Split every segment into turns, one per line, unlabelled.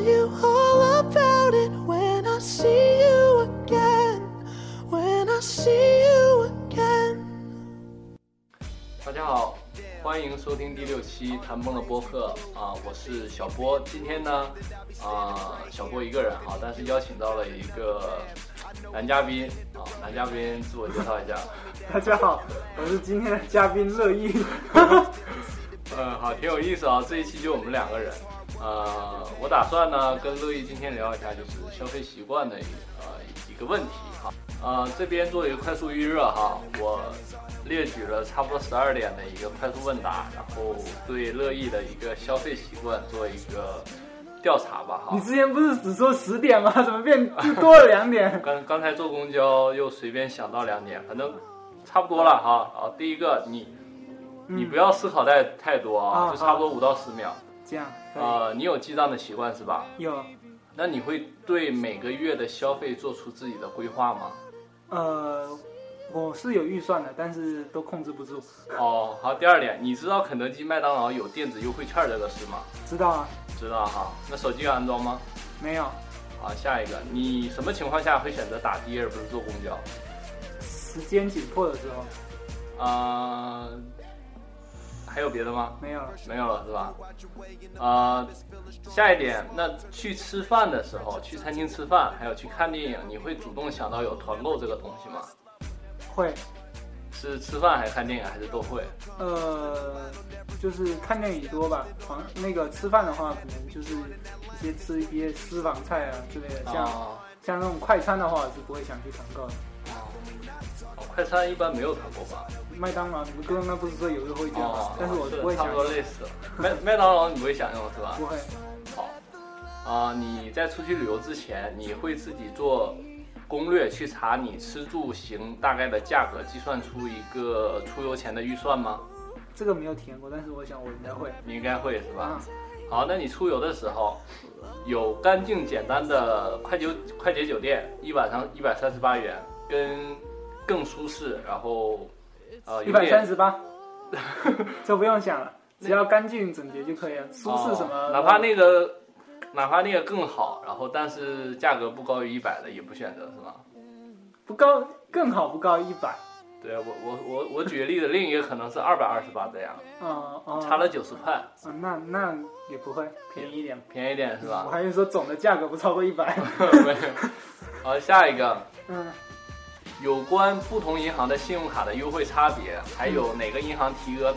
you all about it when I see you again. When I see you again.
大家好，欢迎收听第六期谈崩了播客啊，我是小波。今天呢，啊，小波一个人啊，但是邀请到了一个男嘉宾啊，男嘉宾自我介绍一下。
大家好，我是今天的嘉宾乐意。
嗯，好，挺有意思啊，这一期就我们两个人。呃，我打算呢跟乐意今天聊一下就是消费习惯的一呃一个问题哈。呃，这边做一个快速预热哈，我列举了差不多十二点的一个快速问答，然后对乐意的一个消费习惯做一个调查吧哈
你。之前不是只说十点吗？ 怎么变就多了两点？
刚刚才坐公交又随便想到两点，反正差不多了哈。啊，第一个你你不要思考太太多啊，
啊
就差不多五到十秒。
这样可以、
呃，你有记账的习惯是吧？
有
那你会对每个月的消费做出自己的规划吗？
呃，我是有预算的，但是都控制不住。
哦，好，第二点，你知道肯德基、麦当劳有电子优惠券这个事吗？
知道啊？
知道哈。那手机有安装吗？
没有，
好，下一个，你什么情况下会选择打的而不是坐公交？
时间紧迫的时候
啊、还有别的吗？
没有了。
没有了是吧？啊、下一点，那去吃饭的时候，去餐厅吃饭，还有去看电影，你会主动想到有团购这个东西吗？
会，
是吃饭还是看电影还是都会？
呃，就是看电影多吧。房那个吃饭的话，可能就是一些吃一些私房菜啊之类的。像、
哦
像那种快餐的话，我是不会想去团购的。
哦，快餐一般没有团购吧？哦
麦当劳，你们刚刚不是说有优惠券吗？但是我不会
差
想
不多类似了。麦麦当劳你不会享用是吧
不？会，
好，啊、你在出去旅游之前，你会自己做攻略去查你吃住行大概的价格，计算出一个出游前的预算吗？
这个没有体验过，但是我想我应该会。
你应该会是吧
啊？，
好，那你出游的时候，有干净简单的快捷快捷酒店，一晚上一百三十八元，跟更舒适，然后呃
一
有
百三
点
十 八，这不用想了，只要干净整洁就可以了。舒适什么
哦，哪怕那个哪怕那个更好，然后但是价格不高于一百的也不选择是吗？
不高更好，不高一百。
对啊我我我我举个例子，另一个可能是二百二十八这 样，
嗯嗯，
差了九十块，
嗯，那那也不会便宜一点。
便宜一点是
我
吧？
还是说总的价格不超过一 百。
没有。好，下一个，
嗯，
有关不同银行的信用卡的优惠差别，还
嗯
有哪个银行提额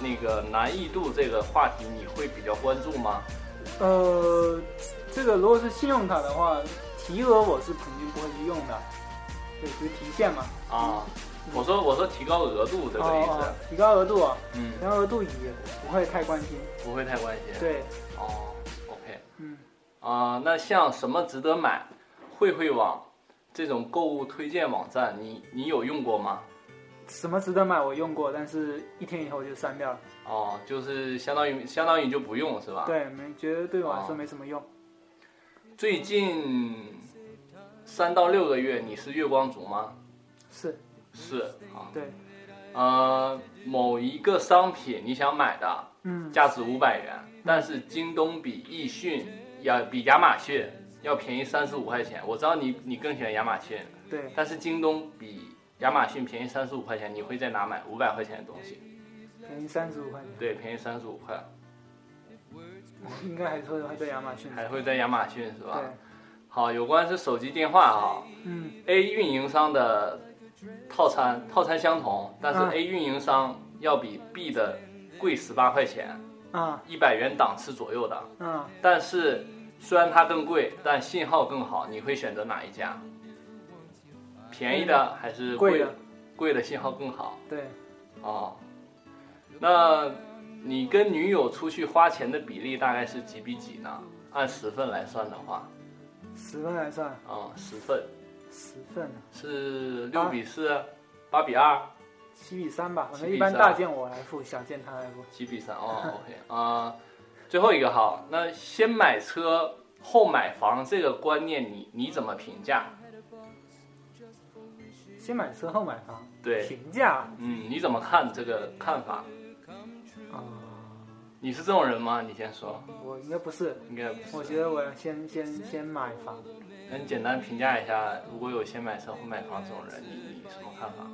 那个难易度这个话题，你会比较关注吗？
呃，这个如果是信用卡的话，提额我是肯定不会去用的，对，就是提现嘛。
啊，我说我说提高额度这个意
哦
思
哦，，提高额度啊，
嗯
提，高额度也不会太关心。
不会太关心。，
对，
哦，OK，
嗯，
啊、那像什么值得买、慧慧网这种购物推荐网站，你你有用过吗？
什么值得买我用过，但是一天以后就删掉了。
哦，就是相当于相当于就不用是吧？。
对，没觉得对我
哦
来说没什么用。
最近三到六个月，你是月光族吗？
是
是啊。
对，
呃，某一个商品你想买的，
嗯，
价值五百元，但是京东比易迅要比亚马逊要便宜三十五块钱。我知道你你更喜欢亚马逊，
对，
但是京东比亚马逊便宜三十五块钱，你会在哪买五百块钱的东西？
便宜三十五块钱，
对，便宜三十五块，
应该还说还在亚马逊。
还会在亚马逊是吧？
对，
好，有关是手机电话哈
嗯，
，A 运营商的套餐套餐相同，但是
嗯
A 运营商要比 B 的贵十八块钱，
啊，
一百元档次左右的。
嗯，
但是虽然它更贵，但信号更好，你会选择哪一家？便宜的还是贵
嗯贵的？
贵的信号更好
对，
哦。那你跟女友出去花钱的比例大概是几比几呢？按十份来算的话，哦
十份来算，
啊、十份
十份啊
是六比四、八比二、
七比三吧，反正
7比啊
一般
3
大件我来付，小件他来付。
七比三 哦，OK 啊、最后一个好，那先买车后买房这个观念你你怎么评价？
先买车后买房，
对，
评价
嗯，你怎么看这个看法？
啊、
嗯你是这种人吗？你先说，
我应该不是，
应该不是。
我觉得我要先先先买房，
那你简单评价一下，如果有先买车后买房这种人，你你什么看法？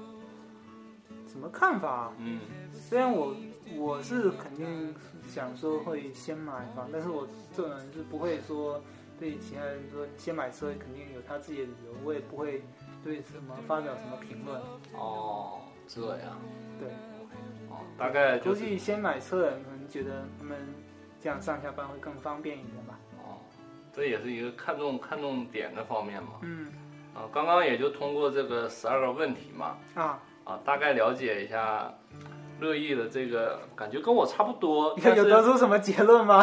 什么看法、啊？
嗯
虽然我我是肯定想说会先买房，但是我这种人是不会说对其他人说先买车，肯定有他自己的理由，我也不会对什么发表什么评论。
哦，这样
对，
哦，大概
估
就是
计先买车的人可能觉得他们这样上下班会更方便一点吧。
哦，这也是一个看重看重点的方面嘛。
嗯
啊、刚刚也就通过这个十二个问题嘛，
啊，
啊，大概了解一下乐意的这个感觉跟我差不多，
有
但
有
是
得出什么结论吗？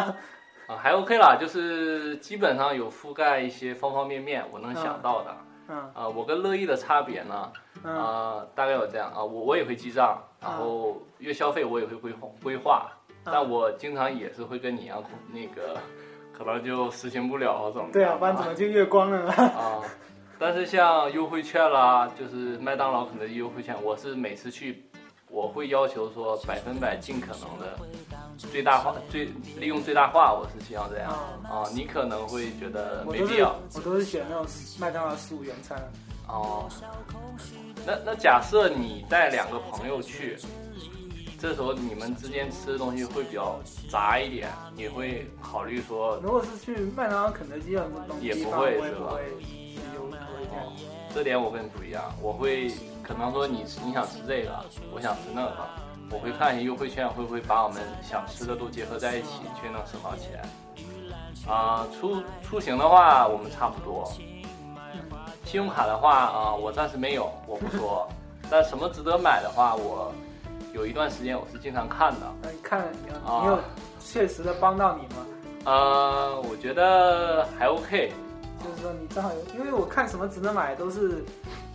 啊还 OK 啦，就是基本上有覆盖一些方方面面我能想到的。
嗯
啊，我跟乐意的差别呢，
嗯
啊，大概有这样啊，我我也会记账，然后月消费我也会规划规划，
嗯
但我经常也是会跟你一样那个，可能就实行不了怎么办
对啊，不然怎么就月光了呢？
啊，但是像优惠券啦，就是麦当劳、肯德基优惠券，我是每次去，我会要求说百分百尽可能的最大化，最利用最大化，我是希望这样啊。你可能会觉得
我
没
都
必
是
要
我都是选那种麦当劳十五元餐。
哦、那那假设你带两个朋友去。这时候你们之间吃的东西会比较杂一点，你会考虑说
如果是去麦当劳、肯德基啊这种
也
地
不
方，我
会
也
是
不
吧哦
会去优惠这样。
这点我跟你不一样，我会可能说你吃你想吃这个，我想吃那个，我会看一下优惠券会不会把我们想吃的都结合在一起，却能省到钱。啊、出出行的话我们差不多，信用卡的话啊、我暂时没有，我不说。但什么值得买的话，我有一段时间我是经常看的。
那你看，你
啊
有确实的帮到你吗？
呃，我觉得还 OK，
就是说你正好有，因为我看什么值得买都是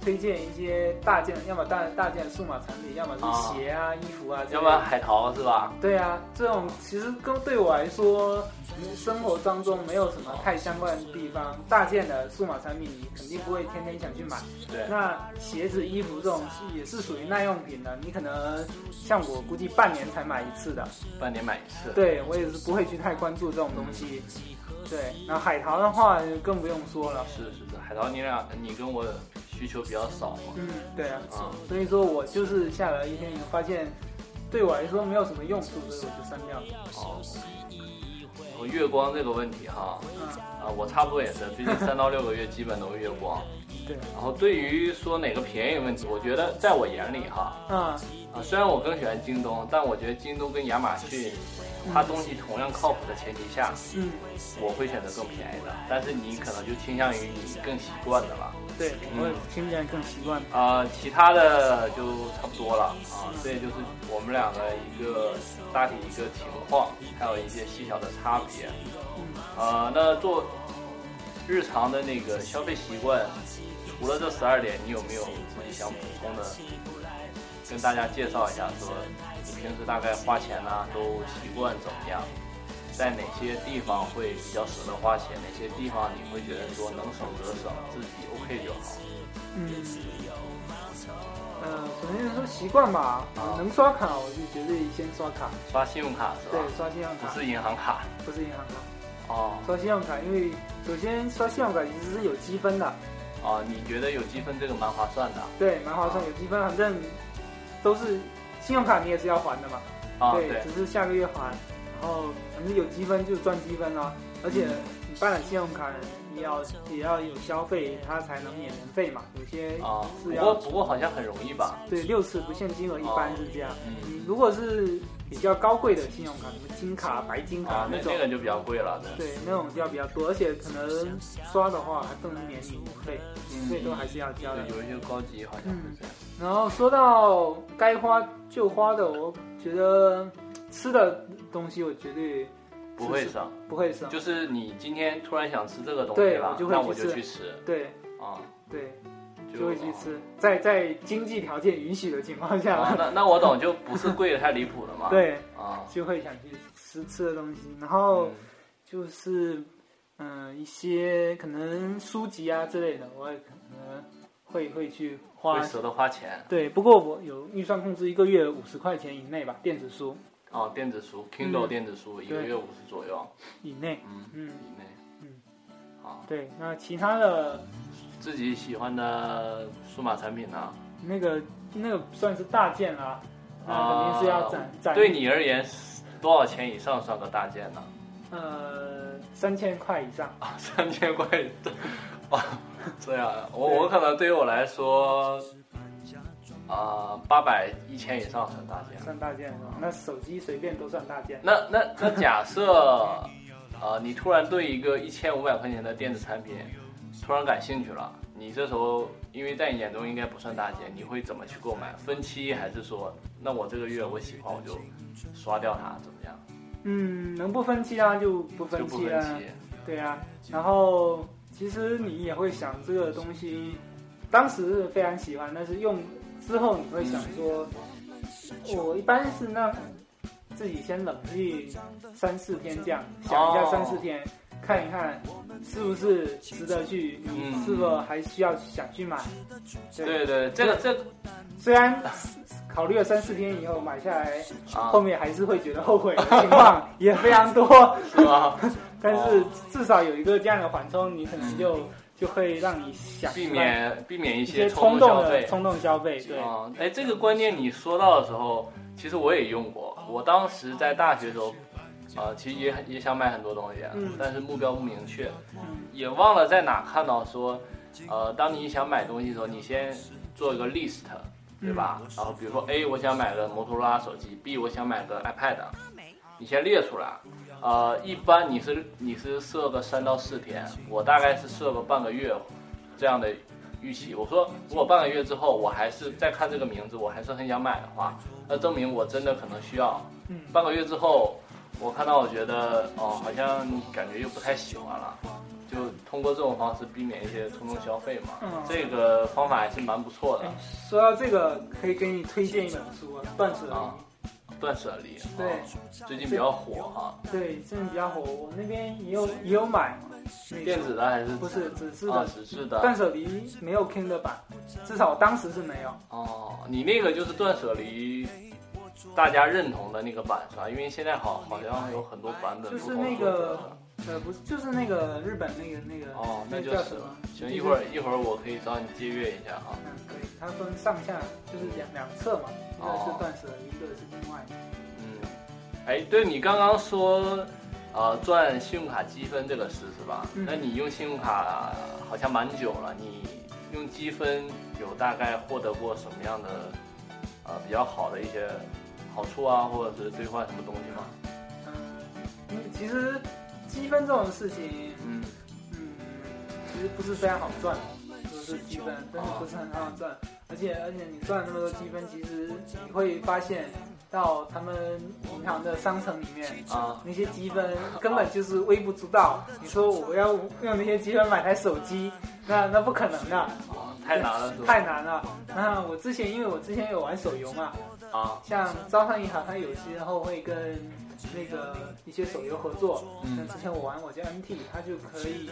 推荐一些大件，要么大大件数码产品，要么是鞋啊、衣服啊这
要
样。
不然海淘是吧？
对啊，这种其实跟对我来说，嗯生活当中没有什么太相关的地方。大件的数码产品你肯定不会天天想去买，
对，
那鞋子、衣服这种是也是属于耐用品的，你可能像我估计半年才买一次的。
半年买一次。
对我也是不会去太关注这种东西。对，然后海淘的话就更不用说了。
是是是，海淘你俩你跟我需求比较少嘛，
嗯，对啊，
啊、
所以说我就是下了一天以后发现，对我来说没有什么用处，所以我就删掉了。
哦，我月光这个问题哈，
嗯，
啊，我差不多也是，最近三到六个月基本都月光。
对，
然后对于说哪个便宜的问题，我觉得在我眼里哈，
啊、
啊，虽然我更喜欢京东，但我觉得京东跟亚马逊，它东西同样靠谱的前提下，
嗯，
我会选择更便宜的。但是你可能就倾向于你更习惯的了。
对，我也听起来更习惯。
啊，其他的就差不多了啊，这也就是我们俩的一个大体一个情况，还有一些细小的差别。啊，那做日常的那个消费习惯，除了这十二点，你有没有自己想补充的？跟大家介绍一下，说你平时大概花钱呐、都习惯怎么样？在哪些地方会比较舍得花钱？哪些地方你会觉得说能省则省，自己 OK 就好？
嗯，呃，首先说习惯吧，能刷卡我就绝对先刷卡。
刷信用卡是吧？
对，刷信用
不
卡，
是银行卡
不是银行卡。
哦
刷信用卡，因为首先刷信用卡其实是有积分的，
哦，你觉得有积分这个蛮划算的
对，蛮划算，有积分，反正都是信用卡你也是要还的嘛，
啊？
对，
对
只是下个月还，然后反正有积分就赚积分啦，而且你办了信用卡也要也要有消费，它才能免年费嘛，有些
啊，不
是
过
要
不过好像很容易吧？
对六次不限金额一般
哦
是这样，
嗯
你如果是比较高贵的信用卡，什么金卡、白金
啊
卡，
那
那种
那。个就比较贵了，对，
对，那种要比较多，而且可能刷的话还更能免你年费，
嗯
所以都还是要交的
对，。有一些高级好像是这样。
然后说到该花就花的，我觉得吃的东西我绝对
不会省，
不会省。
就是你今天突然想吃这个东西
对
了
我，就会
那
去
我就
吃
去吃
对
啊。
对，
就
就会去吃，在在经济条件允许的情况
啊
下，
那那我懂，就不是贵的太离谱了嘛。
对，
啊，
就会想去吃吃的东西。然后
嗯
就是，嗯、一些可能书籍啊之类的，我也可能会会去花
会。舍得花钱
对，不过我有预算控制，一个月五十块钱以内吧，电子书
哦，电子书 Kindle
嗯
电子书一个
对
月五十左右，
以内。
嗯，
嗯，
以内。
嗯，
好，
对。那其他的
自己喜欢的数码产品呢？
那个那个算是大件啦，啊那肯定是要攒攒。
啊对你而言，多少钱以上算个大件呢？
呃，三千块以上，
啊，三千块， 哇，这样啊，我我可能对于我来说，啊、8八百一千以上算大件。
算大件是吧？那手机随便都算大件。
那那那假设，呃，你突然对一个一千五百块钱的电子产品突然感兴趣了，你这时候因为在你眼中应该不算大件，你会怎么去购买？分期还是说，那我这个月我喜欢我就刷掉它，怎么样？
嗯，能不分期啊就不
就
分
不
期
分
啊，
期。
对啊。然后其实你也会想这个东西，当时是非常喜欢，但是用之后你会想说，我一般是让自己先冷静三四天这样，想一
哦
下三四天，看一看是不是值得去，你
嗯
是否还需要想去买。
对对，这个这个
虽然考虑了三四天以后买下来，
啊
后，面还是会觉得后悔的情况也非常多，
是吧？
但是至少有一个这样的缓冲，你可能就就会让你想
哦避免避免一
一
些
些
冲
冲
动
动
消
的
费。
冲动消费，对，
啊，哎，这个观念你说到的时候，其实我也用过。我当时在大学的时候，啊、其实也很也想买很多东西，啊
嗯
但是目标不明确，
嗯
也忘了在哪看到说，呃，当你想买东西的时候，你先做一个 list，对
嗯
吧？然后比如说 A 我想买个摩托罗拉手机，B 我想买个 iPad，你先列出来。呃，一般你是你是设个三到四天，我大概是设个半个月这样的预期。我说如果半个月之后我还是再看这个名字，我还是很想买的话，那证明我真的可能需要。
嗯
半个月之后，我看到我觉得哦，好像感觉又不太喜欢了。就通过这种方式避免一些冲动消费嘛，
嗯
这个方法还是蛮不错的
哎。说到这个，可以给你推荐一本书啊，《断舍离》
啊。断舍离，
对
啊最近比较火哈、
对，最近比较火，我那边也有也有买，那个
电子的还是
不是纸质
啊
的，
纸质
《断
的？
舍离》没有 Kindle 版，至少我当时是没有。
哦，你那个就是断舍离，大家认同的那个版是吧？因为现在好好像有很多版本
就
不
是
同
那
作者
个
的
呃，不是，就是那个日本那个那个
哦，那就
叫
是
什么？
行，一会儿一会儿我可以找你借阅一下啊。
嗯，对，它分上下，就是两两侧嘛，一个是断舍，一个是另外。
嗯，哎，对你刚刚说，呃，赚信用卡积分这个事是吧？
嗯
那你用信用卡好像蛮久了，你用积分有大概获得过什么样的呃比较好的一些好处啊，或者是兑换什么东西吗？
嗯，因为其实积分这种事情，
嗯，
嗯，其实不是非常好赚，哦就是积分，真的不是很好赚。而且而且你赚了那么多积分，其实你会发现到他们银行的商城里面。
啊，
那些积分根本就是微不足道。你说我要用那些积分买台手机，那那不可能的。
啊太难了是吧？
太难了。那我之前因为我之前有玩手游嘛，
啊，
像招商银行，它有时候会跟那个一些手游合作。那
嗯，
之前我玩我叫 NT，它就可以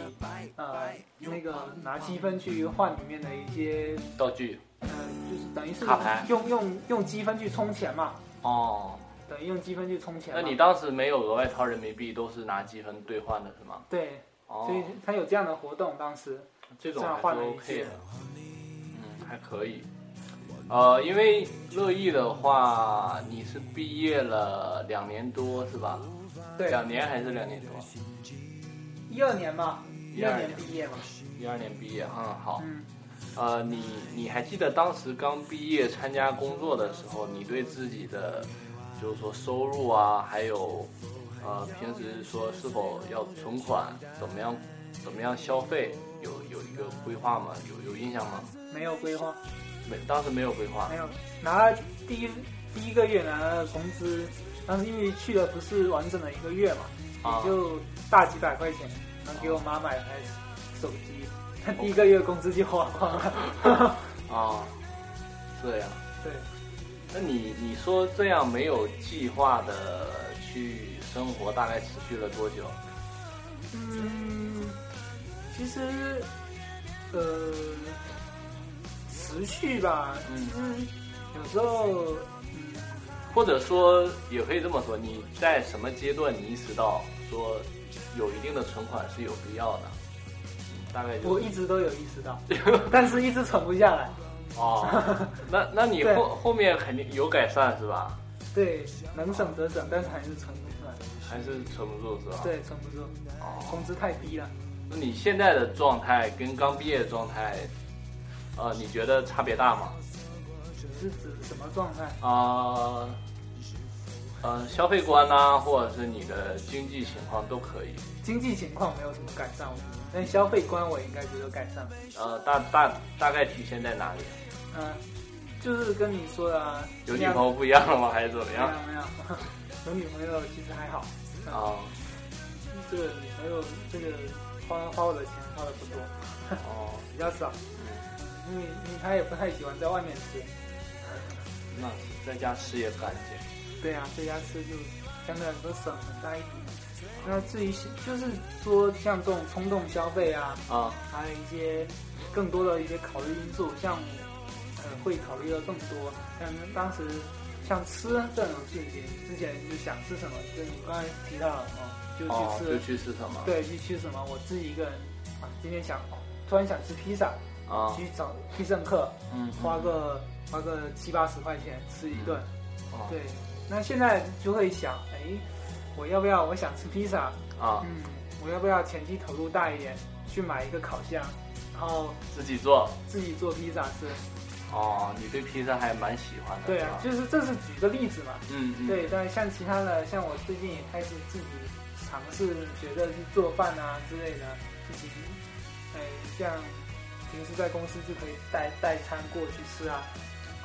呃那个拿积分去换里面的一些
道具
呃，就是等于是
卡牌
用用用积分去充钱嘛，
哦，
等于用积分去充钱
那
嘛。
你当时没有额外掏人民币，都是拿积分兑换的是吗？
对，
哦
所以它有这样的活动，当时
这种
这样
还
换
是
了一
OK
些
的，嗯，还可以。呃，因为乐意的话，你是毕业了两年多是吧？
对
两年还是两年多？
一二年嘛，一二
12
年毕业嘛，
一二年毕业，嗯，好。
嗯，
呃，你你还记得当时刚毕业参加工作的时候，你对自己的就是说收入啊，还有呃平时说是否要存款，怎么样怎么样消费，有有一个规划吗？有有印象吗？
没有规划。
没，当时没有规划。
没有拿第一第一个月拿了工资，但是因为去了不是完整的一个月嘛，
啊
也就大几百块钱，然后给我妈买了台手机，他第一个月工资就花光了。
啊，这样。
对，
那你你说这样没有计划的去生活，大概持续了多久？
嗯，其实，呃，持续吧，
嗯
其实有时候，嗯，
或者说也可以这么说，你在什么阶段你意识到说有一定的存款是有必要的？嗯大概就
我
是
一直都有意识 到，但是一直存不下来。
哦，那那你
对
后后面肯定有改善是吧？
对，能省则省，但是还是存不出来。
还是存不住是吧？。
对，存不住，
哦，
工资太低了。
那你现在的状态跟刚毕业的状态，呃，你觉得差别大吗？
是指什么状态？
啊、呃，消费观呐、或者是你的经济情况都可以。
经济情况没有什么改善，我觉得，但消费观我应该觉得改善。
呃，大大大概体现在哪里？
嗯、就是跟你说的、啊，
有女
尽量
朋友不一样了吗？还是怎么
没有
样？
没有，有 女朋友其实还好。嗯
啊、
这个女朋友这个花花我的钱花的不多，
哦，
比较少，嗯因为因为她也不太喜欢在外面吃。
那在家吃也干净。
对啊，在家吃就相对来说省很大一笔。那至于就是说像这种冲动消费啊，
啊、
还有一些更多的一些考虑因素，像呃会考虑的更多。像当时像吃啊这种事情，之前就想吃什么，就你刚才提到了哦，就
哦，
去吃，
就去吃什么？
对，就去什么，我自己一个人啊，今天想突然想吃披萨，
啊、
去找必胜客，
嗯，
花个花个七八十块钱吃一顿。
哦
对，那现在就会想，哎，我要不要？我想吃披萨，
啊，
嗯，我要不要前期投入大一点，去买一个烤箱，然后
自己做。
自己做披萨吃？
哦，你对披萨还蛮喜欢的。
对
是
啊
吧，
就是这是举个例子嘛。
嗯嗯，
对，但像其他的，像我最近也开始自己尝试学着去做饭啊之类的，自己，哎，像平时在公司就可以带带餐过去吃啊。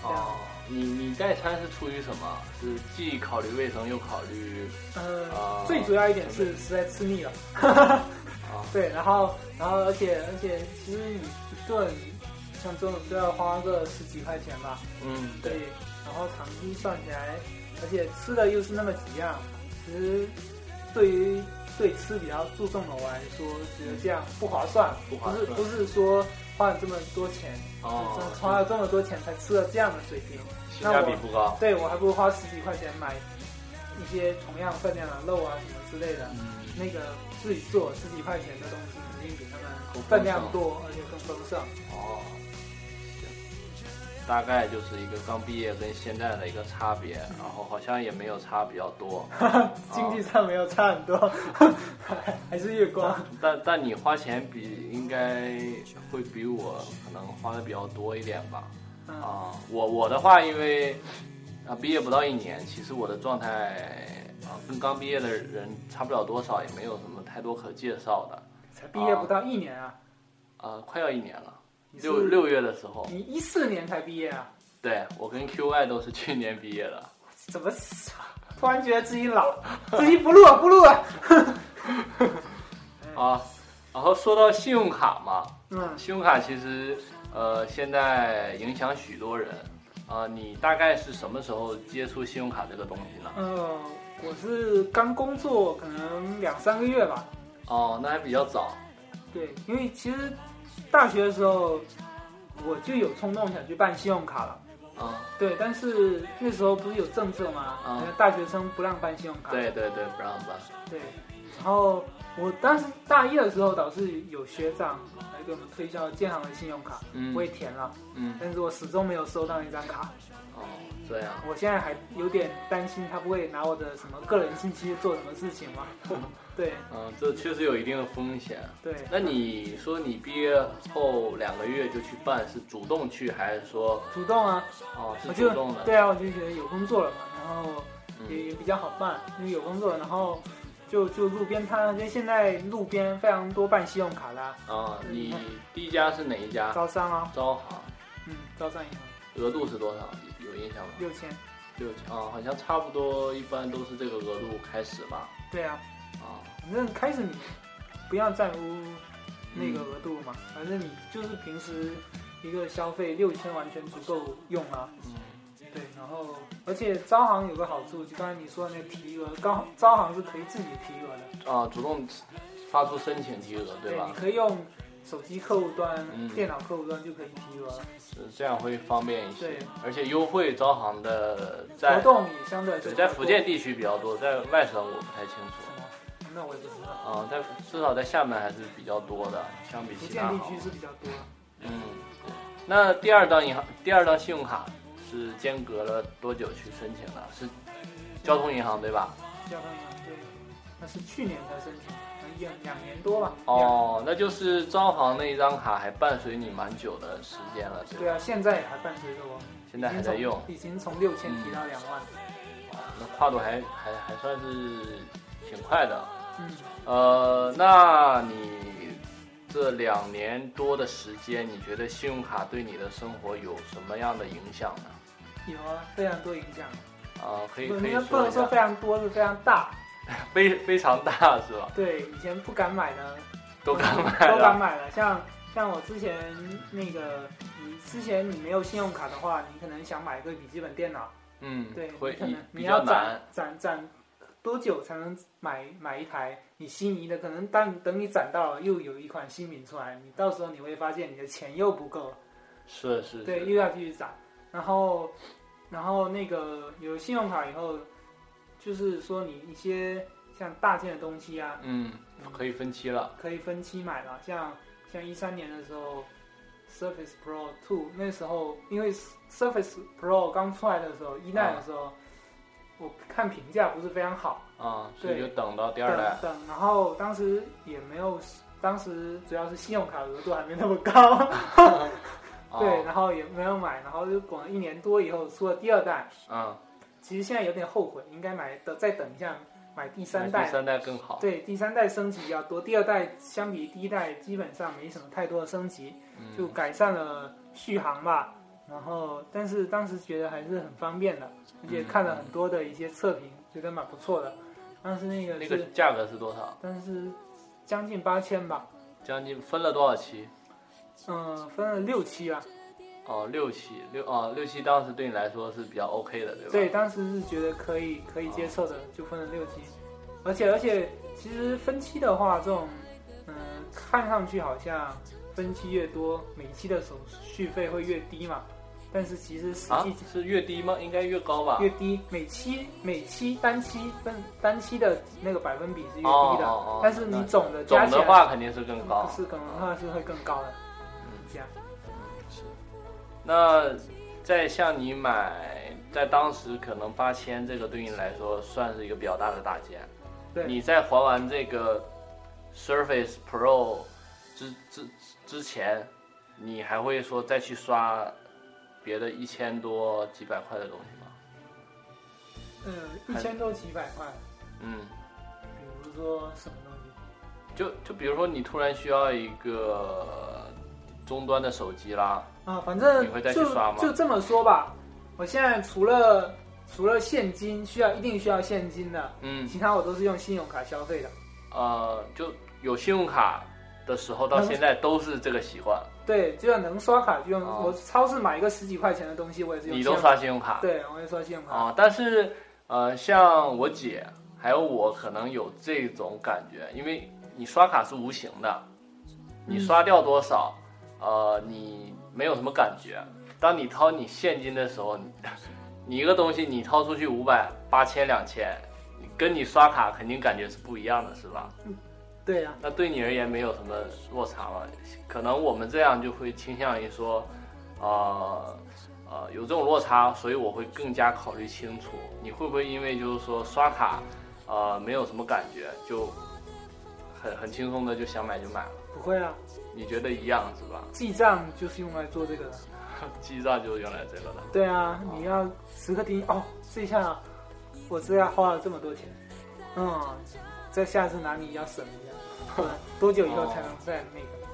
哦，你你代餐是出于什么？是既考虑卫生又考虑
呃，
啊
最主要一点
成
是
本
实在吃腻了。
啊
对，然后然后而且而且其实你一顿像这种都要花个十几块钱吧。
嗯
对，然后长期算起来，而且吃的又是那么几样，其实对于对吃比较注重的我来说，觉得这样不划算，
不划
是
算
不是说花了这么多钱，
哦
就是花了这么多钱才吃了这样的水平，
性
那
价
我
比不高。
对我还不如花十几块钱买一些同样分量的肉啊什么之类的，
嗯
那个自己做十几块钱的东西，肯定比他
更
们
丰
分量
盛
多，而且更丰盛。
哦，行，大概就是一个刚毕业跟现在的一个差别，然后好像也没有差比较多，
经济上没有差很多， 还还是月光。
哦但但你花钱比应该会比我可能花的比较多一点吧。
嗯
啊，我我的话，因为啊毕业不到一年，其实我的状态啊跟刚毕业的人差不了多少，也没有什么太多可介绍的。
才毕业不到一年啊，
啊，快要一年了，
你是
六六月的时候，
你一四年才毕业啊，
对我跟 QY 都是去年毕业的。
怎么死啊突然觉得自己老，自己不录了不录啊了。
啊，然后说到信用卡嘛，
嗯，
信用卡其实呃现在影响许多人啊、你大概是什么时候接触信用卡这个东西呢？
呃，我是刚工作可能两三个月吧，
哦，那还比较早。
对，因为其实大学的时候我就有冲动想去办信用卡了。
啊，
对，但是那时候不是有政策吗？
嗯
好像大学生不让办信用卡。
对对对，不让办。
对，然后我当时大一的时候，导师有学长来给我们推销建行的信用卡，
嗯
我也填了，
嗯，
但是我始终没有收到那张卡。
哦，这样。
我现在还有点担心他不会拿我的什么个人信息做什么事情嘛？ 对
嗯，这确实有一定的风险。
对，
那你说你毕业后两个月就去办，是主动去还是说
主动啊，
哦是
我
主
就
动的？
对啊，我就觉得有工作了嘛，然后也
嗯
也比较好办，因为有工作了，然后就就路边摊，因为现在路边非常多办信用卡的啊，
啊，你第一家是哪一家？
招商啊，
招行，
嗯，招商银行
额度是多少？有印象吗？
六千，
六千啊，好像差不多，一般都是这个额度开始吧。
对啊。
啊，
反正开始你不要在乎那
嗯
个额度嘛，反正你就是平时一个消费六千完全足够用啊。
嗯
对，然后而且招行有个好处，就刚才你说的那个提额，刚招行是可以自己提额的，
啊，主动发出申请提额，对
你
吧？
可以用手机客户端、
嗯
电脑客户端就可以提额了。
是这样会方便一些
对，
而且优惠招行的
活
在
动也相对来说
对
比
在
较
福
多
建地区比较多，在外省我不太清楚
是。吗？嗯那我也不知道，
啊，在至少在厦门还是比较多的，相比
福
其
建
他
地
行
区
业
是比较多。
嗯，那第二张银行，第二张信用卡是间隔了多久去申请的？是交通银行对吧？
交通银行对，那是去年才申请，嗯两两年多吧。
哦，那就是招行那一张卡还伴随你蛮久的时间了，
两。
对
对
吧？
啊，现在也还伴随着我，
现在还在用，嗯
已经从六千提到两万。
那跨度还还还算是挺快的。
嗯，
呃，那你这两年多的时间，你觉得信用卡对你的生活有什么样的影响呢？
有啊，非常多影响。
啊、可以
不
可以
不
说
能
一
说
下
非，常多，是非常大。
非非常大是 吧？
对，以前不敢买的，
都敢买
都敢
了，
买了。像像我之前那个，你之前你没有信用卡的话，你可能想买一个笔记本电脑，
嗯，
对，你
会
可能
比
你
较
要
难
攒，攒攒多久才能买买一台你心仪的？可能当等你攒到了，又有一款新品出来，你到时候你会发现你的钱又不够了，
是是
对，
是，
又要继续攒。然后，然后那个有信用卡以后，就是说你一些像大件的东西啊，
嗯，可以分期了，
可以分期买了，像像一三年的时候，Surface Pro Two 那时候，因为 Surface Pro 刚出来的时候，一代的时候，我看评价不是非常好，
啊、所以
对
就等到第
等
二代，
等，然后当时也没有，当时主要是信用卡额度还没那么高，
啊
对，，然后也没有买，然后就等了一年多以后出了第二代，
嗯，
其实现在有点后悔，应该买的再等一下买第三
那
代
第，三代更好，
对，第三代升级比较多，第二代相比第一代基本上没什么太多的升级，
嗯
就改善了续航吧。然后，但是当时觉得还是很方便的，而且看了很多的一些测评，觉得蛮不错的。当时那个
那
是，
个价格是多少？
但是将近八千吧，
将近分了多少期？
嗯、分了六期啊。
哦，六期六哦六期，当时对你来说是比较 OK 的，对吧？啊哦
对，当时是觉得可以可以接受的，就分了六期。而且而且，其实分期的话，这种嗯、看上去好像分期越多，每期的手续费会越低嘛。但是其实实
啊
际、，
是越低吗？应该越高吧？
越低，每期每期单期分单期的那个百分比是越低的，
哦哦哦
但是你总的加
总
起
的
来
话哦嗯肯定是更高。
是可能话是会更高的，这样。
那在像你买，在当时可能八千这个对你来说算是一个比较大的打击。
对
你在还完这个 Surface Pro 之之之前，你还会说再去刷别的一千多几百块的东西吗？
嗯，一千多几百块，
嗯，
比如说什么东西，
就就比如说你突然需要一个终端的手机啦，
啊，反正
你会再去
就
刷吗
就这么说吧。我现在除了除了现金需要一定需要现金的，
嗯，
其他我都是用信用卡消费的。
呃，就有信用卡的时候到现在都是这个习惯，
对，只要能刷卡就用。
哦
我超市买一个十几块钱的东西，我也是用
你
信用
都
卡。
刷信用卡。
对，我也刷信用卡。
啊，但是呃，像我姐还有我可能有这种感觉，因为你刷卡是无形的，你刷掉多少，呃，你没有什么感觉。当你掏你现金的时候， 你你一个东西你掏出去五百、八千、两千，你跟你刷卡肯定感觉是不一样的，是吧？
对啊呀、
那对你而言没有什么落差吗？可能我们这样就会倾向于说，呃呃，有这种落差，所以我会更加考虑清楚，你会不会因为就是说刷卡，呃，没有什么感觉，就很很轻松的就想买就买了？
不会啊。
你觉得一样是吧？
记账就是用来做这个的。
记账就是用来这个的。
对啊，你要时刻盯哦，这下我这下花了这么多钱，嗯，这下次哪里要省一下， 对多久以后才能再那个？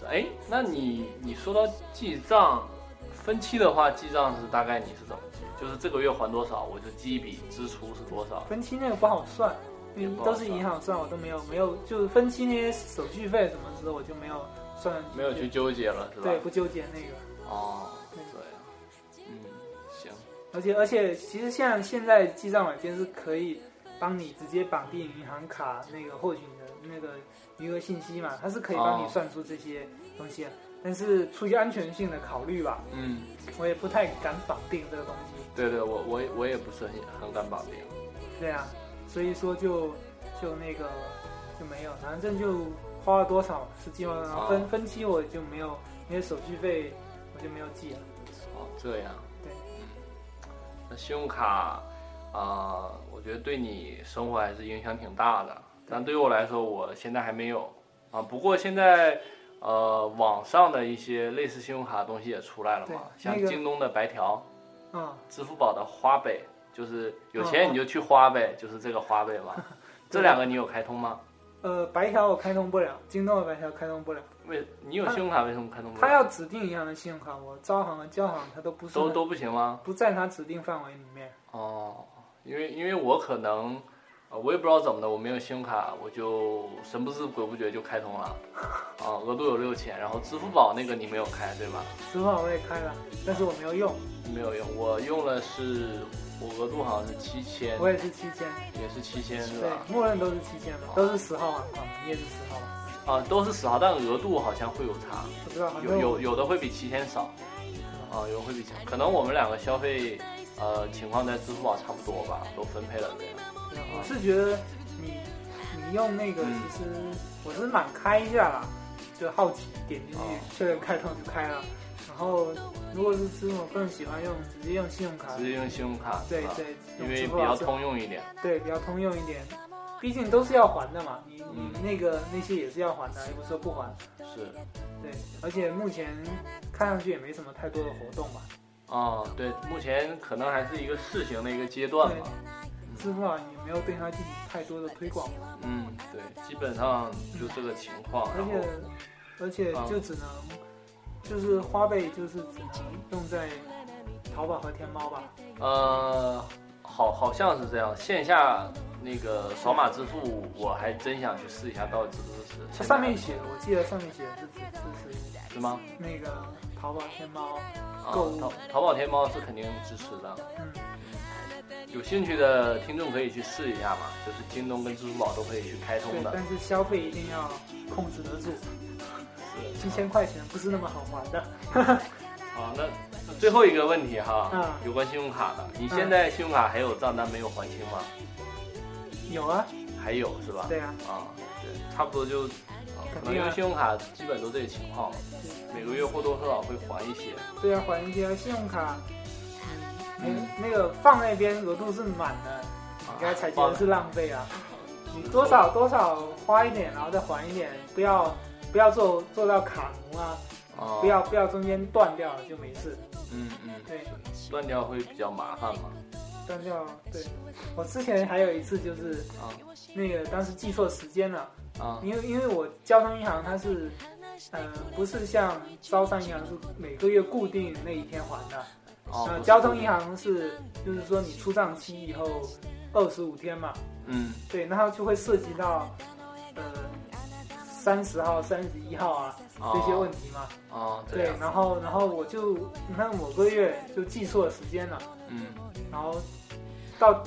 是哎，那你你说到记账，分期的话，记账是大概你是怎么记？就是这个月还多少，我就记一笔支出是多少。
分期那个不好算，因
也
银
不好
都是
算
银行算，我都没有没有，就是分期那些手续费什么之后，我就没有算，
没有去纠结了，是吧？
对，不纠结那个。
哦，
对
对，嗯，行，
而且而且，其实像现在记账软件是可以帮你直接绑定银行卡那个获取你的那个余额信息嘛，它是可以帮
哦
你算出这些东西的。但是出于安全性的考虑吧，
嗯，
我也不太敢绑定这个东西。
对对，我我也我也不是很很敢绑定，
对啊，所以说就就那个就没有，反正就花了多少是计划，然后分、
哦
分期我就没有那些手续费我就没有记了。
哦，这样，
对
嗯那信用卡啊、我觉得对你生活还是影响挺大的，但对于我来说，我现在还没有啊，不过现在。呃，网上的一些类似信用卡的东西也出来了嘛，
对
像
那个
京东的白条，
嗯，
支付宝的花呗，就是有
哦
钱
哦
你就去花呗，就是这个花呗嘛。这两个你有开通吗？
呃，白条我开通不了，京东的白条开通不了。
为你有信用卡为什么开通不了？
他要指定银行的信用卡，我招行和交行他都不是
都都不行吗？
不在他指定范围里面。
哦，因为因为我可能，呃，我也不知道怎么的，我没有信用卡，我就神不知鬼不觉就开通了，啊，额度有六千，然后支付宝那个你没有开对吧？
支付宝我也开了，但是我没有用，
没有用，我用了是，我额度好像是七千，
我也是七千，
也是七千是
对
吧，？
默认都是七千嘛，都是十号网款，你也是十号嘛，
啊，都是十号，但额度好像会有差。
不知道反
有
正
有
我
有的会比七千少，啊，有的会比七，可能我们两个消费呃情况在支付宝差不多吧，都分配了这样。
我是觉得你你用那个，
啊嗯
其实我是满开一下啦，就好奇点进
哦
去确认开通就开了。然后如果是支付，我更喜欢用直接用信用卡，
直接用信用卡，
啊对
是吧，
对，
因
用
为
支
比
付宝
较
是
通用一点。
对，比较通用一点。毕竟都是要还的嘛，你
嗯
你那个那些也是要还的，又不是说不还。
是，
对，而且目前看上去也没什么太多的活动吧。
啊、对，目前可能还是一个试行的一个阶段吧。
支付宝也没有对它进行太多的推广，
嗯，对，基本上就这个情况。
而
然后，
且而且
啊
就只能、就是花呗，就是只能用在淘宝和天猫吧。
呃，好，好像是这样。线下那个扫码支付，我还真想去试一下，到底支不支持？现
它
在
上面写，我记得上面写的是只支持
是吗？
那个淘宝、天猫。
啊
购物
淘淘宝、天猫是肯定支持的。
嗯，
有兴趣的听众可以去试一下嘛，就是京东跟支付宝都可以去开通
对，
的。
但是消费一定要控制得住，七千块钱不是那么好还的。
好，啊那那最后一个问题哈，
嗯
有关信用卡的，你
嗯
现在信用卡还有账单没有还清吗？
有啊，
还有是吧？
对啊，
啊，对，差不多就，啊可
肯定啊
能因为信用卡基本都这个情况，每个月或多或少会还一些。
对啊，还一些信用卡，嗯，啊那那个放那边额度是满的，
啊
你应该才觉得是浪费啊。你多少多少花一点，然后再还一点，不要不要做做到卡奴啊，
啊，
不要，不要中间断掉了就没事。
嗯嗯，
对，
断掉会比较麻烦嘛。
断掉对。我之前还有一次就是
啊
那个当时记错时间了，
啊
因为因为我交通银行它是，呃，不是像招商银行是每个月固定那一天还的。
哦
呃，，交通银，行是，就是说你出账期以后二十五天嘛，
嗯
对，那它就会涉及到，呃，三十号、三十一号啊
哦
这些问题嘛，
啊，这
对
样，
然后然后我就你看某个月就记错了时间了，
嗯
然后到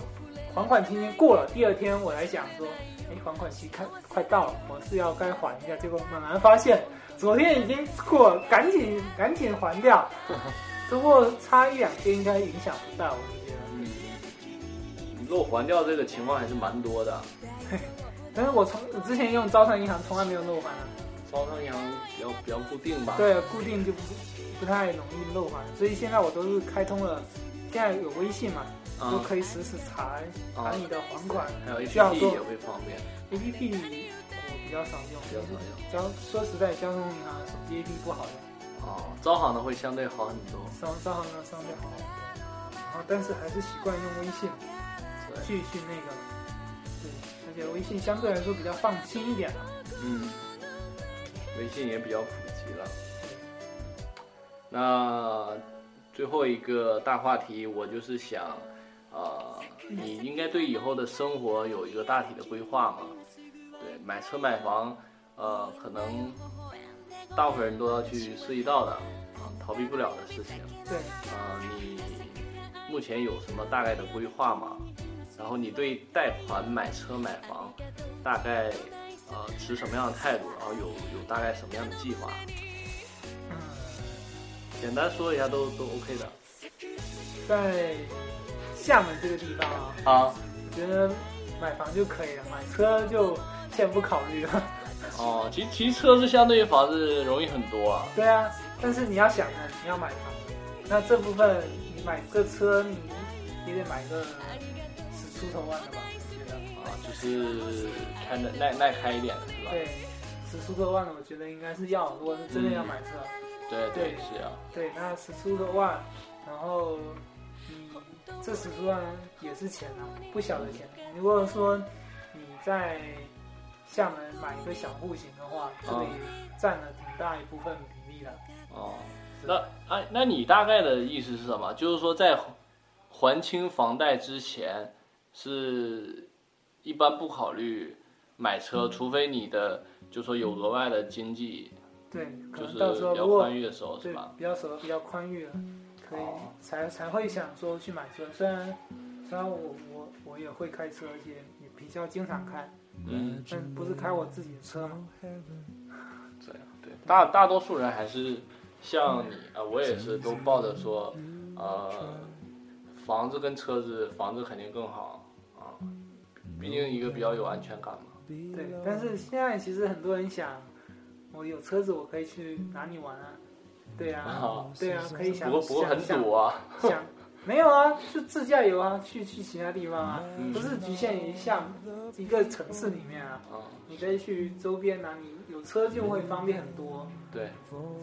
还款期间过了，第二天我来想说，哎，还款期快快到了，我是要该还一下，结果猛然发现昨天已经过了，赶紧赶紧还掉。 不过差一两天应该影响不大，我就觉得。
嗯，你漏还掉这个情况还是蛮多的。
但是我从我之前用招商银行从来没有漏还啊，
招商银行比较比较固定吧？，
对，固定就不不太容易漏还，所以现在我都是开通了，现在有微信嘛，都
嗯，
可以实时查查你的还款。
啊还有
需要
APP
做
也会方便，
A P P 我比较少用，
比较常用。
交说实在，交通银行手机 APP 不好用，
哦，招行的会相对好很多。
商商行的商对好，然后但是还是习惯用微信
对，
去去那个，对，而且微信相对来说比较放心一点嘛。
嗯，微信也比较普及了。那最后一个大话题，我就是想，呃，你应该对以后的生活有一个大体的规划嘛。对，买车买房，呃，可能大部分人都要去涉及到的，啊、逃避不了的事情。
对，
啊、你目前有什么大概的规划吗？然后你对贷款、买车、买房，大概呃持什么样的态度？然后有有大概什么样的计划？
嗯，
简单说一下都都 OK 的。
在厦门这个地方啊，
啊，
我觉得买房就可以了，买车就先不考虑了。
哦，其实其实车是相对于房子容易很多啊。
对啊，但是你要想啊，你要买房，那这部分你买个车，你也得买个十出头万的吧？我觉得，
啊，就是看着耐耐开一点的是吧？
对，十出头万的，我觉得应该是要，如果是真的要买车，
对对
对
是啊，
对，那十出头万，然后你这十出头万也是钱啊，不小的钱。如果说你在厦门买一个小户型的话，这
啊
个也占了挺大一部分比例的。
哦，
是
那哎，那你大概的意思是什么？就是说在还清房贷之前，是一般不考虑买车，
嗯
除非你的就说有额外的经济，
对，可
就是
能到时候
比较
如果
宽裕的时候是
对
吧？，
比较手比较宽裕了，可以、
哦
才才会想说去买车。虽然虽然我我我也会开车，而且也比较经常开，
嗯，
但不是开我自己的车嘛。
这样对，大大多数人还是像你啊、我也是都抱着说，呃，房子跟车子，房子肯定更好啊，
嗯
毕竟一个比较有安全感嘛。
对，但是现在其实很多人想，我有车子，我可以去哪里玩啊？对啊
哦，
对啊，可以想
不过不过很
想
堵啊，
想想没有啊，就自驾游啊，去去其他地方啊，
嗯
不是局限于像一个城市里面啊，
啊，
你可以去周边啊，你有车就会方便很多。
对，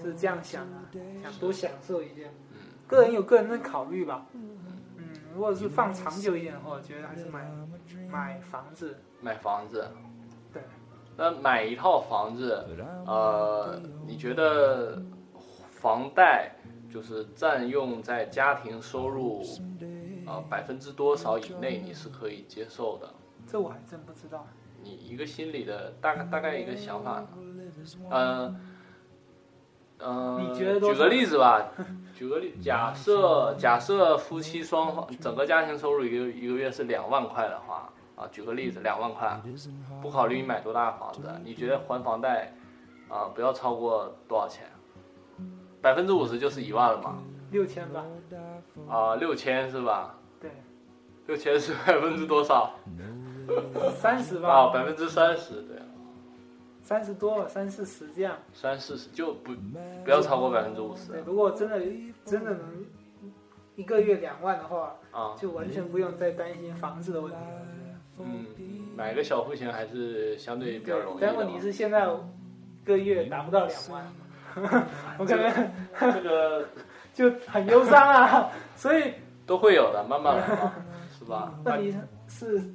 是这样想啊，想多享受一些。
嗯，
个人有个人的考虑吧。嗯，如果是放长久一点的话，我觉得还是买买房子。
买房子，
对，
那买一套房子，呃，你觉得房贷就是占用在家庭收入啊百分之多少以内，你是可以接受的？
这我还真不知道。
你一个心里的大概大概一个想法呢？呃，呃，
你觉得多
举
少
个例子吧，举个例，假设假设夫妻双方整个家庭收入一个一个月是两万块的话，啊，举个例子，两万块，
嗯
不考虑你买多大的房子，你觉得还房贷啊、不要超过多少钱？百分之五十就是一万了嘛，
六千吧，
啊、六千是吧？
对，
六千是百分之多少？
三十
啊，
吧，
百分之三十，对。啊
三十多吧，三四十这样。
三四十就不不要超过百分之五
对，
十
如果真的真的能一个月两万的话，
啊，
就完全不用再担心房子的问题了。我觉得
嗯，买个小户型还是相对比较容易的嘛。
但问题是现在一个月达不到两万，
嗯
我可能
这个
就很忧伤啊。所以
都会有的，慢慢来嘛， 是吧？
问题是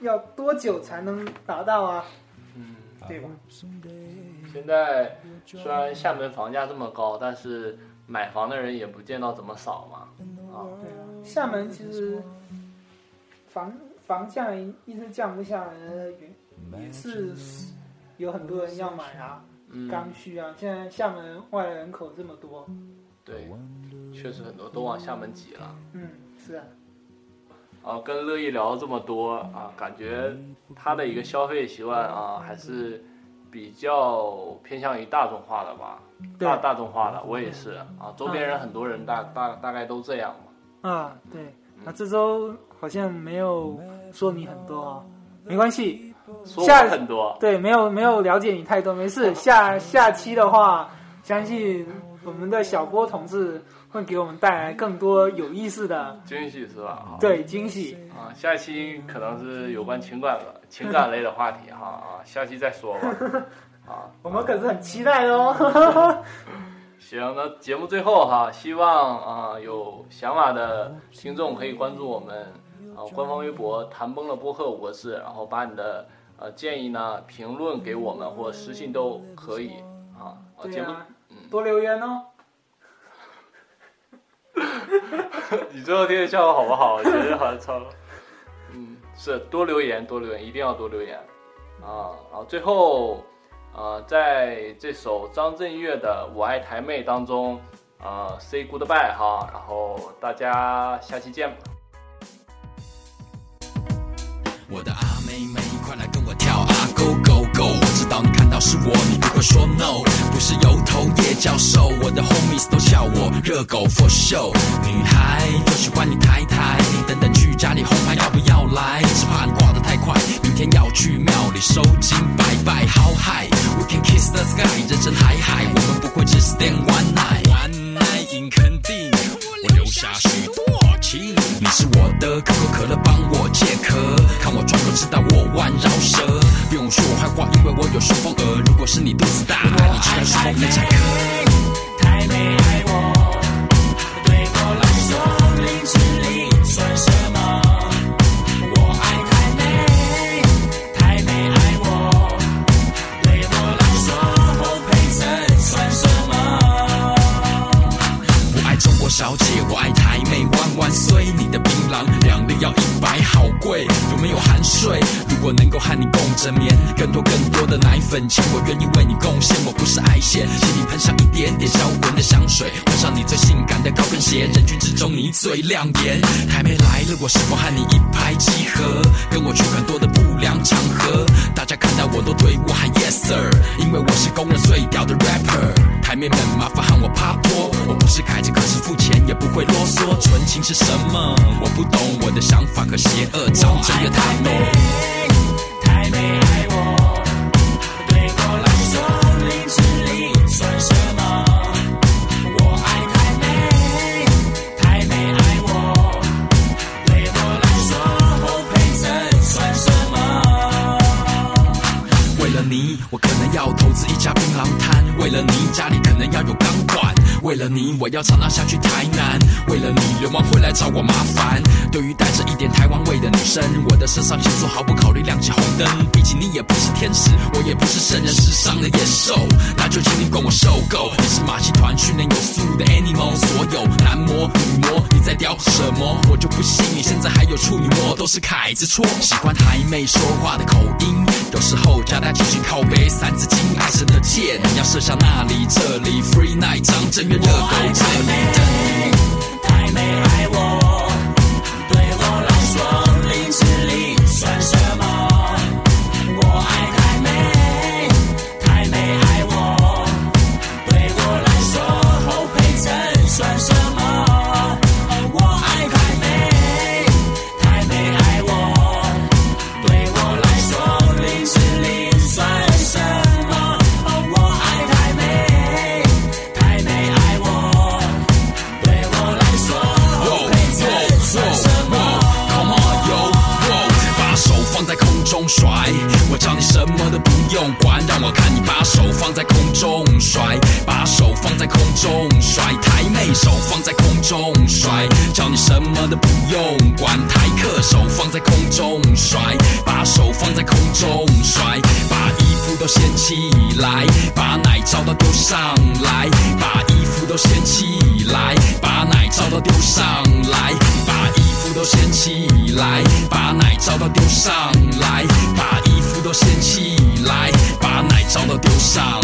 要多久才能达到啊？
嗯，
对吧？
现在虽然厦门房价这么高，但是买房的人也不见到怎么少嘛。啊，
对啊，厦门其实房房价一直降不下来，也也是有很多人要买啊，刚
嗯，
需啊。现在厦门外来人口这么多，
对，确实很多都往厦门挤了。
嗯，是啊，
啊，跟乐意聊了这么多啊，感觉他的一个消费习惯啊，还是比较偏向于大众化的吧，
对
大大众化的，我也是啊，周边人很多人大大大概都这样嘛，
啊，对啊，这周好像没有说你很多啊，没关系，
说
下
我很多，
对，没有没有了解你太多，没事。下下期的话，相信我们的小波同志会给我们带来更多有意思的
惊喜是吧？啊
对惊喜。
啊，下一期可能是有关情感的情感类的话题哈啊，下期再说 吧。啊，
我们可是很期待哦。
行，那节目最后哈，希望啊、有想法的听众可以关注我们啊、官方微博“谈崩了播客”五个字，然后把你的呃建议呢评论给我们或者私信都可以啊。啊
对
节目
啊，多留言哦。
你最后听的笑话好不好？我觉得好像超嗯是多留言，多留言，一定要多留言啊！然后最后，呃，在这首张震岳的《我爱台妹》当中，呃，say goodbye 哈，然后大家下期见吧。
我的阿妹妹，快来跟我跳啊阿 Go Go Go！我知道你看到是我，你不会说 No。不是油头叶教授，我的 homies 都笑我热狗 for show。女孩就喜欢你抬抬，等等去家里红牌要不要来？只怕你挂得太快，明天要去庙里收金拜拜。How high？We can kiss the sky，人生海海，我们不会只 stand one night。One night in 肯定，我留下许多。情，你是我的可口可乐，帮我解渴。看我装就知道我腕饶舌，不用说我坏话，因为我有顺风耳。如果是你肚子大，你吃了顺风耳才可。
太美爱我，对我来说零距离算什么？我爱太美，太美爱我，对我来说侯佩岑算什么？
我爱中国小姐，我爱台妹，万万岁！你的槟榔两粒要一百，好贵，有没有含税？如果能够和你共枕眠，更多更多的奶粉钱，我愿意为你贡献。我不是爱线，请你喷上一点点销魂的香水，换上你最性感的高跟鞋，人群之中你最亮眼。台妹来了，我是否和你一拍即合？跟我去很多的不良场合，大家看到我都对我喊 yes sir，因为我是公认最屌的 rapper。台妹们，麻烦喊我趴坡。我不是凯子，可是付钱也不会啰嗦。纯情是什么？我不懂，我的想法和邪恶张真的太美。
太美爱我，对我来说零距离算什么？我爱太美，太美爱我，对我来说侯佩岑算什么？
为了你，我可能要投资一家槟榔摊；为了你，家里可能要有钢管；为了你，我要常常下去台南；为了你，流氓会来找我麻烦。对于带着一点台湾味的女生，我的肾上腺素毫不考虑亮起红灯。毕竟你也不是天使，我也不是圣人，世上的野兽，那就请你管我受够。你是马戏团训练有素的 animal，所有男模女模，你在雕什么？我就不信你现在还有处女膜，都是凯子错。喜欢台妹说话的口音，有时候夹带几句靠背，三字经，爱神的箭，要射向那里这里。Free night，张震岳热狗这里等你。
太美爱我，对我来说零距离算什么？我爱太美，太美爱我，对我来说侯佩岑算什么？我爱太美，太美爱我，对我来说零距离算什么？我爱太美，太美爱我。对我来说，我配得算什么？
Come on yo，wow，把手放在空中甩，我叫你什么都不用管，让我看你把手放在空中甩，把手放在空中甩，台妹手放在空中甩，叫你什么都不用管，台客手放在空中甩，把手放在空中甩，把衣服都掀起来，把奶罩都丢上来，把衣服都掀起来，把奶罩都丢上来，把衣服都掀起来，把奶罩都丢上来，把衣服都掀起来，把奶罩都丢上